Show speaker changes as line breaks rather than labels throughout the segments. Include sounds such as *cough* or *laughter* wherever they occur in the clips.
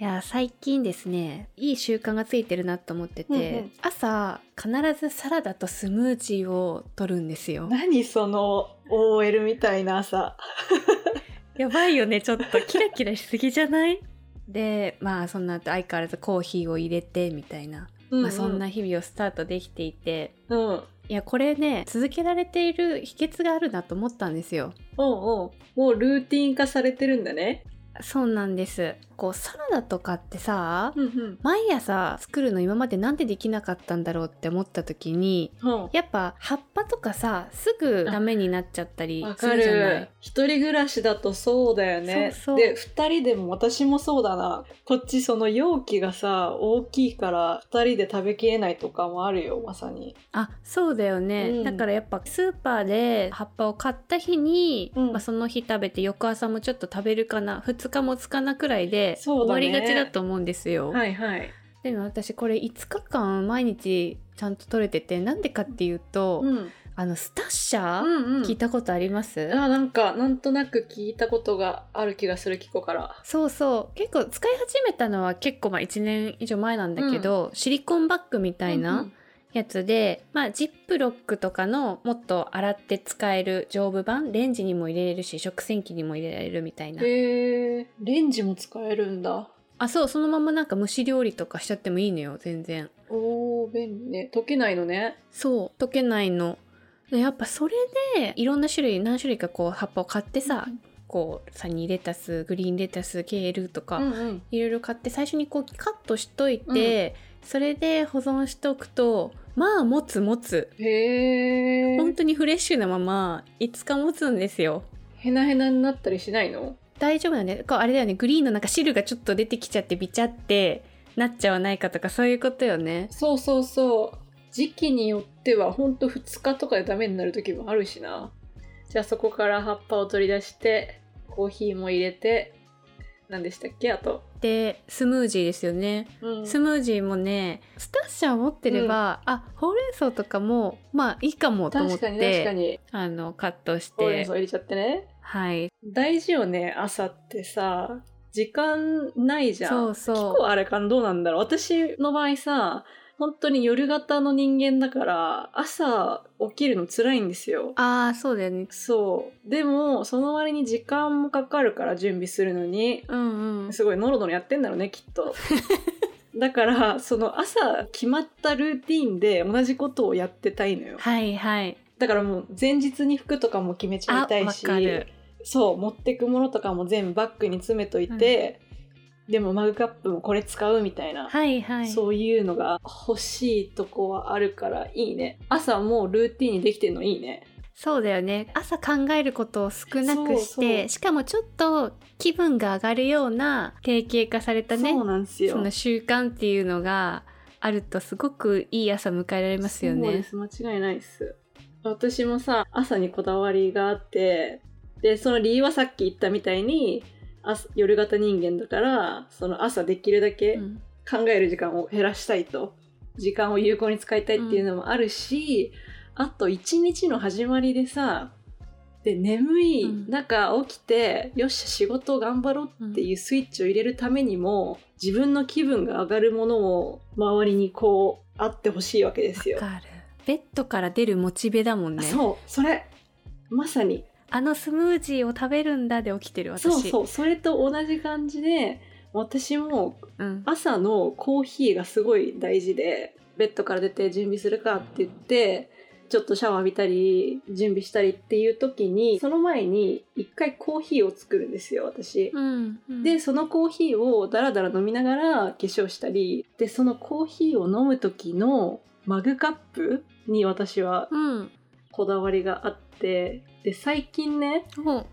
が最近ですねいい習慣がついてるなと思ってて、
うんうん
朝必ずサラダとスムージーを取るんですよ
何その OL みたいな朝。
*laughs* やばいよねちょっとキラキラしすぎじゃない *laughs* でまあそんな後相変わらずコーヒーを入れてみたいな、まあ、そんな日々をスタートできていて
うんうん。
いやこれね続けられている秘訣があるなと思ったんですよ
おうおう。もうルーティン化されてるんだね。
そうなんですこうサラダとかってさ
うんうん。
毎朝作るの今までなんでできなかったんだろうって思った時に
は
やっぱ葉っぱとかさすぐダメになっちゃったり
あわ
す
か
るじゃない
る。一人暮らしだとそうだよね。
そうそう
で、二人でも私もそうだな。こっちその容器がさ、大きいから二人で食べきれないとかもあるよ、まさに。
あそうだよね、
うん
だからやっぱスーパーで葉っぱを買った日に、
うん
まあ、その日食べて翌朝もちょっと食べるかな2日もつかなくらいで
そう
終
だ
わ
ね
りがちだと思うんですよ。
いはい。
でも私これ5日間毎日ちゃんと取れててなんでかっていうと、
うん。
あのスタッシャー、
うんうん。
聞いたことあります、
あ、なんか、なんとなく聞いたことがある気がする、キコから。
そうそう結構使い始めたのは結構まあ1年以上前なんだけど、シリコンバッグみたいなやつで、まあジップロックとかのもっと洗って使える丈夫版レンジにも入れれるし食洗機にも入れられるみたいな、
へえ、レンジも使えるんだ。
あそうそのままなんか蒸し料理とかしちゃってもいいのよ全然
おー、便利ね。溶けないのね。
そう溶けないのでやっぱそれでいろんな種類何種類かこう葉っぱを買ってさ、こうサニーレタスグリーンレタスケールとか、
うんうん。
いろいろ買って最初にこうカットしといて、それで保存しておくとまあ持つ持つ
へえ。
本当にフレッシュなまま5日持つんですよ
へなへなになったりしないの
大丈夫だねこうあれだよねグリーンのなんか汁がちょっと出てきちゃってビチャってなっちゃわないかとかそういうことよね
そうそうそう。時期によってはほんと2日とかでダメになる時もあるしな。じゃあそこから葉っぱを取り出して、コーヒーも入れて、何でしたっけあと。
でスムージーですよね、
うん
スムージーもねスタッシャーを持ってれば、あほうれん草とかもまあいいかもと思っ
確かに確か
て
に。
あのカットし
ほうれん
て
草入れちゃってね。
はい
大事よね、朝ってさ。時間ないじゃん。
そうそう
結構あれかなどうなんだろう私の場合さ本当に夜型の人間だから朝起きるの辛いんですよ
ああそうだよね
そうでもその割に時間もかかるから準備するのに
うんうん
すごいノロノロやってんだろうねき
*laughs*
っとだからその朝決まったルーティンで同じことをやってたいのよ
はいはい
だからもう前日に服とかも決めちゃいたいし
あわかる
そう持ってくものとかも全部バッグに詰めといて、でもマグカップもこれ使うみたいな、
はいはい
そういうのが欲しいとこはあるからいいね朝もうルーティンにできてるのいいね
そうだよね朝考えることを少なくして
そうそう
しかもちょっと気分が上がるような定型化されたね
そうなんですよ
その習慣っていうのがあるとすごくいい朝迎えられますよ
そうで
ね
す間違いないです私もさ朝にこだわりがあってでその理由はさっき言ったみたいに朝夜型人間だからその朝できるだけ
うん
考える時間を減らしたいと時間を有効に使いたいっていうのもあるし、あと一日の始まりでさで眠い
うん
中起きて、よっしゃ仕事頑張ろうっていうスイッチを入れるためにも自分の気分が上がるものを周りにこうあってほしいわけですよ
わ。かるベッドから出るモチベだもんね
そうそれまさに
あのスムージーを食べるんだで起きてる私
そうそうそれと同じ感じで私も
うん
朝のコーヒーがすごい大事でベッドから出て準備するかって言ってちょっとシャワー浴びたり準備したりっていう時にその前に一回コーヒーを作るんですよ私。
うんうん
でそのコーヒーをダラダラ飲みながら化粧したりでそのコーヒーを飲む時のマグカップに私は
うん
こだわりがあってで最近ね
お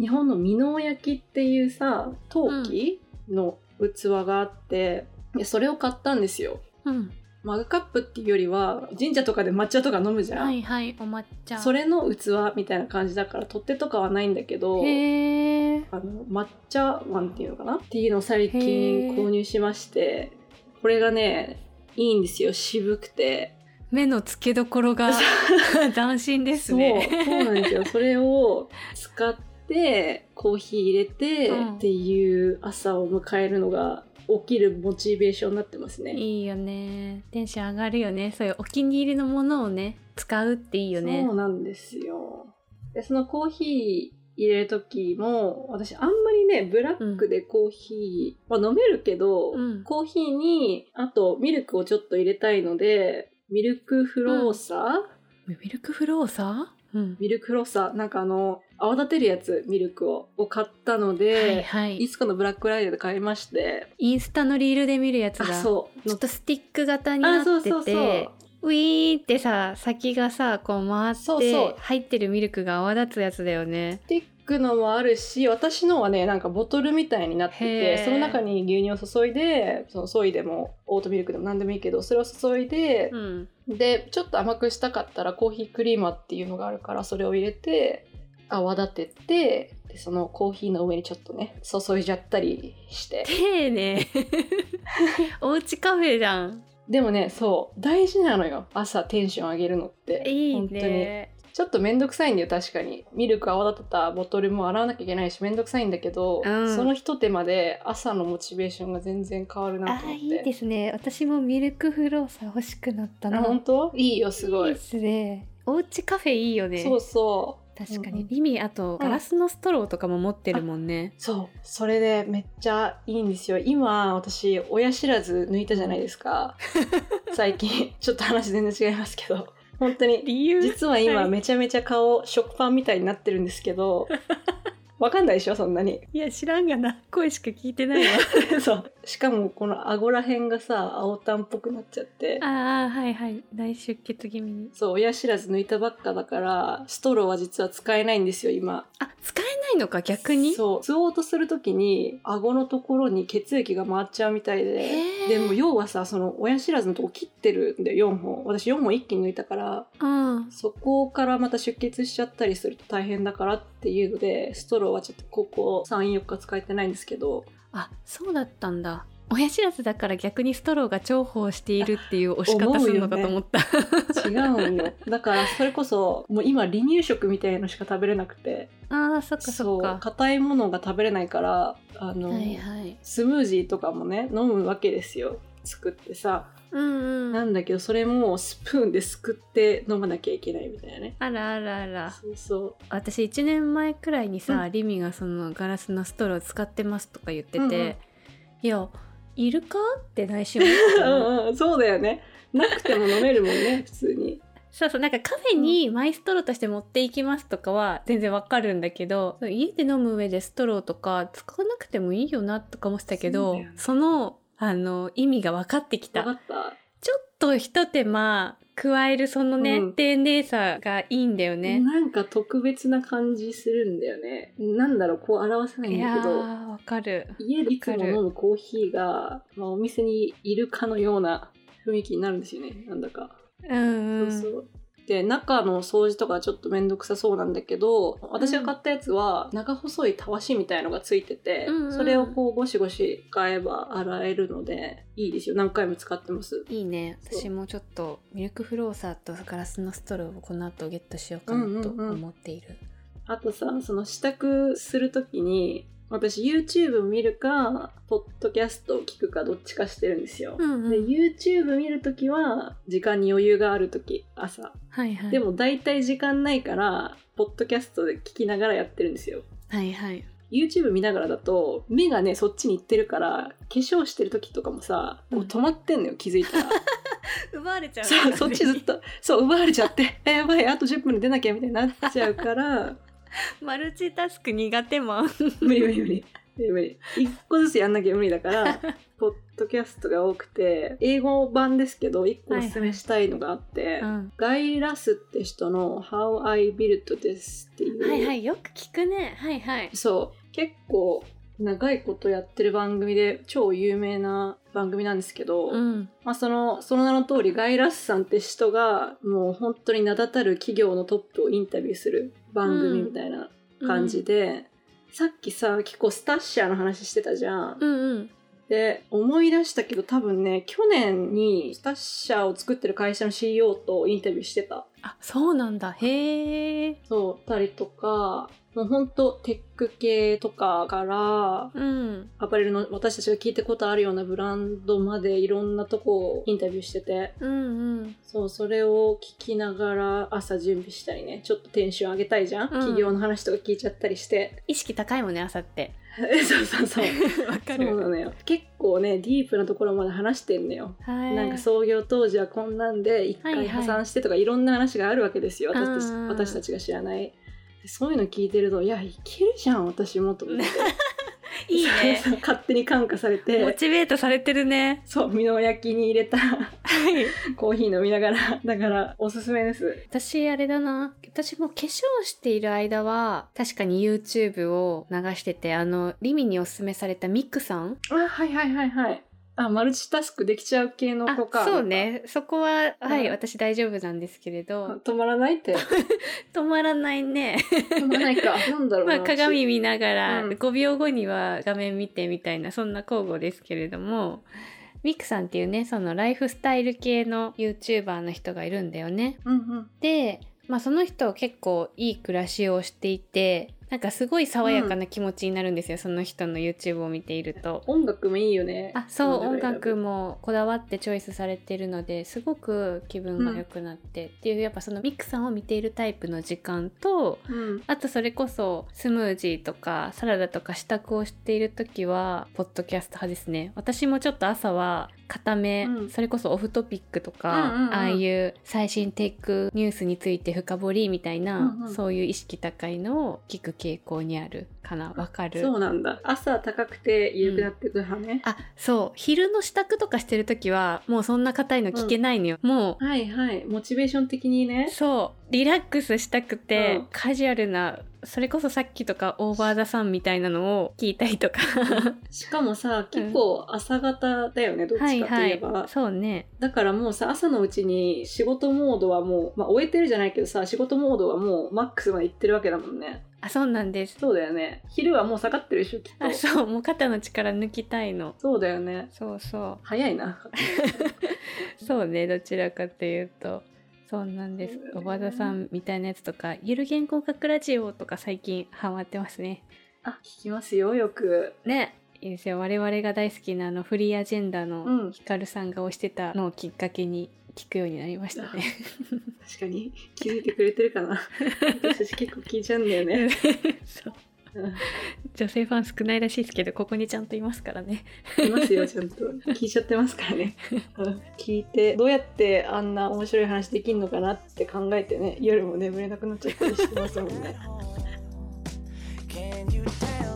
日本の美濃焼きっていうさ陶器の器があって、でそれを買ったんですよ
うん
マグカップっていうよりは神社とかで抹茶とか飲むじゃん、
はいはいお抹茶
それの器みたいな感じだから取っ手とかはないんだけど
へえ
あの抹茶碗っていうのかなっていうのを最近
へー
購入しましてこれがねいいんですよ渋くて
目の付けどころが *laughs* 斬新ですね
そうそうなん
*laughs*
ですよそれを使ってコーヒー入れて
うん
っていう朝を迎えるのが起きるモチベーションになってますね。
いいよねテンション上がるよねそういうお気に入りのものをね使うっていいよね
そうなんですよ。で、そのコーヒー入れる時も、私あんまりね、ブラックでコーヒー、まあ飲めるけど、
うん
コーヒーに、あとミルクをちょっと入れたいので、ミルクフローサー、
ミルクフローさうん
ミルクフローサー、なんかあの、泡立てるやつ、ミルクを、を買ったの
はい
で、
はい
いつかのブラックフライデーで買いまして、
インスタのリールで見るやつ
あ、
だ
そう。
ちょっとスティック型にな
あ、
っ
そう
て
そうそう。
てウィーンってさ先がさこう回って
そうそう
入ってるミルクが泡立つやつだよね
スティックのもあるし私のはねなんかボトルみたいになって
へー
てその中に牛乳を注いでそのソイでもオートミルクでも何でもいいけどそれを注いで
う、ん
でちょっと甘くしたかったらコーヒークリーマっていうのがあるからそれを入れて泡立ててでそのコーヒーの上にちょっとね注いじゃったりして
丁
*laughs*
寧おうちカフェじゃん
でもねそう大事なのよ朝テンション上げるのって
いい
本当に
ね
ちょっとめんどくさいんだよ確かにミルク泡立てたボトルも洗わなきゃいけないしめんどくさいんだけど、
うん
そのひと手間で朝のモチベーションが全然変わるな
あ
と
ー
思って
いいですね私もミルクフローサー欲しくなった
あ
な
本当いいよすごい
いですねおうちカフェいいよね
そうそう
確か
う
に
ん
リミあとガラスのストローとかも持ってるもんね
そうそれでめっちゃいいんですよ今私親知らず抜いたじゃないです
*laughs*
か最近ちょっと話全然違いますけど本当に
理由
実は
は
今
い
めちゃめちゃ顔食パンみたいになってるんですけどわかんないでしょそんなに
いや知らんがな声しか聞いてないわ
*laughs* そうしかもこの顎らへんがさ青タンっぽくなっちゃって
ああはいはい大出血気味に
そう親知らず抜いたばっかだからストローは実は使えないんですよ今
あ使えないのか逆に
そう吸おうとする時に顎のところに血液が回っちゃうみたいで
へー
でも要はさその親知らずのとこ切ってるんだよ4本私4本一気に抜いたから
うん
そこからまた出血しちゃったりすると大変だからっていうのでストローはちょっとここ34日使えてないんですけど
あそうだったんだ親知らずだから逆にストローが重宝しているっていう押し
思う
方
よね
するのかと思った、
違うんよだからそれこそもう今離乳食みたいのしか食べれなくて
*laughs* ああそっかそっ
そう
か
硬いものが食べれないからあの、
はいはい
スムージーとかもね飲むわけですよ作ってさ
うんう
なんんだけどそれもスプーンですくって飲まなきゃいけないみたいなね
あらあらあら
そうそう
私1年前くらいにさ、
う
リミがそのガラスのストロー使ってますとか言ってて、
うんうん
いやいるかって内心思って
*laughs* う
たの
んうんそうだよねなくても飲めるもんね *laughs* 普通に
そうそうなんかカフェにマイストローとして持っていきますとかは全然わかるんだけど家で飲む上でストローとか使わなくてもいいよなとか思ってたけ
そう
ど
だよね
そのあの意味が分かってき
分
た
かった
ちょっとひと手間加えるそのね、
うん
丁寧さがいいんだよね。
なんか特別な感じするんだよねなんだろうこう表せない
い
ん
や
だけど
ーわかる。
家でいつも飲むコーヒーが、まあ、お店にいるかのような *laughs* 雰囲気になるんですよねなんだか、
うんうん。
そうそうで中の掃除とかちょっと面倒くさそうなんだけど私が買ったやつは長細いたわしみたいのがついてて、
うんうん
それをこうゴシゴシ使えば洗えるのでいいですよ何回も使ってます
いいね
そう
私もちょっとミルクフローサーとガラスのストローをこの後ゲットしようかなと
うんうんうん
思っている、
あとさその支度するときに私 YouTube 見るかポッドキャストを聞くかどっちかしてるんですよ、
うんうん
で YouTube 見るときは時間に余裕があるとき朝
はいはい
でも大体時間ないからポッドキャストで聞きながらやってるんですよ
はいはい
YouTube 見ながらだと目がねそっちに行ってるから化粧してる時とかもさこう止まってんのよ気づいた *laughs* ら
奪われちゃ
そうそっちずっとそう奪われちゃってえやばいあと10分で出なきゃみたいになっちゃう *laughs* から
マルチタスク苦手マン
無理無理無理無理無理一個ずつやんなきゃ無理だから *laughs* ポッドキャストが多くて英語版ですけど一個おすすめしたいのがあって、
うん
ガイ・ラスって人の「How I Built This」っていう、
はいはいよく聞くねはいはい
そう結構長いことやってる番組で超有名な番組なんですけど、
うん
まあ、そのその名の通りガイ・ラスさんって人がもう本当に名だたる企業のトップをインタビューする番組みたいな感じで、さっきさ結構スタッシャーの話してたじゃん。
うんうん
で思い出したけど多分ね去年にスタッシャーを作ってる会社の CEO とインタビューしてた。
あそうなんだへえ
そう、たりとか、もうほんとテック系とかから、
うん
アパレルの私たちが聞いたことあるようなブランドまでいろんなとこをインタビューしてて、
うんうん
そう、それを聞きながら朝準備したりね、ちょっとテンション上げたいじゃん、
ん
企業の話とか聞いちゃったりして。 *laughs*
意識高いもんね朝って
そうそうそう。
*laughs* わか
そうなのよ。結構ね、ディープなところまで話してんのよ。
はい
なんか創業当時はこんなんで一
は
回
いはい
破産してとかいろんな話があるわけですよ、
うん
私たち私たちが知らないそういうの聞いてるといやいけるじゃん私もと思って
いいね
*laughs* 勝手に感化され
モ
て
チベートされてるね
そう身の焼きに入れた *laughs*
はい
コーヒー飲みながらだからおすすめです
私あれだな私も化粧している間は確かに YouTube を流しててあのリミにおすすめされたミックさん
あはいはいはいはいあマルチタスクできちゃう系の
あ
子か
そうねそこははい、
うん
私大丈夫なんですけれど
止まらないって
止まらないね
止まらな
*laughs*
いかなんだろう
ま
な
あ、鏡見ながら
うん
5秒後には画面見てみたいなそんな交互ですけれどもミクさんっていうねそのライフスタイル系の YouTuber の人がいるんだよね。
うんうん
で、まあ、その人結構いい暮らしをしていてなんかすごい爽やかな気持ちになるんですよ、その人の YouTube を見ていると。
音楽もいいよね
あそう音
選ぶ
楽もこだわってチョイスされてるのですごく気分が良くなって、っていうやっぱそのミクさんを見ているタイプの時間と
うん
あとそれこそスムージーとかサラダとか支度をしている時はポッドキャスト派ですね私もちょっと朝は固め、
うん
それこそオフトピックとか、
うんうんうん
ああいう最新テイクニュースについて深掘りみたいな、
うんうん
そういう意識高いのを聞く傾向にあるかなわかる
そうなんだ朝高くて緩くなってく派ね、
あそう昼の支度とかしてる時はもうそんな硬いの聞けないのよ、もう
はいはいモチベーション的にね
そうリラックスしたくて、
うん
カジュアルなそれこそさっきとかオーバー・ザ・サンみたいなのを聞いたりとか
しかもさ結構朝方だよね、どっ
は
ち
い
かと
はい
え
い
ば、
そうね
だからもうさ朝のうちに仕事モードはもう、まあ、終えてるじゃないけどさ仕事モードはもうマックスまでいってるわけだもんね
あそうなんです
そうだよね昼はもう下がってるでしょきっと
あそうもう肩の力抜きたいの
そうだよね
そうそ
早いな
うそうねどちらかというとそうなんです
そうだね
オーバー・ザ・サンみたいなやつとか「ゆる言語学ラジオ」とか最近ハマってますね
あ聞きますよよく
ねいいですよ我々が大好きなあのフリーアジェンダ
う
の
ん
ヒカルさんが推してたのをきっかけに聞くようになりましたね。
確かに気づいてくれてるか *laughs* な私たち結構聞いちゃうんだよね
*laughs* そう
うん
女性ファン少ないらしいですけどここにちゃんといますからね。
いますよ、ちゃんと。聞いちゃってますからね。うん聞いて、どうやってあんな面白い話できるのかなって考えてね、夜も眠れなくなっちゃったりしてますもんね。
Can you tell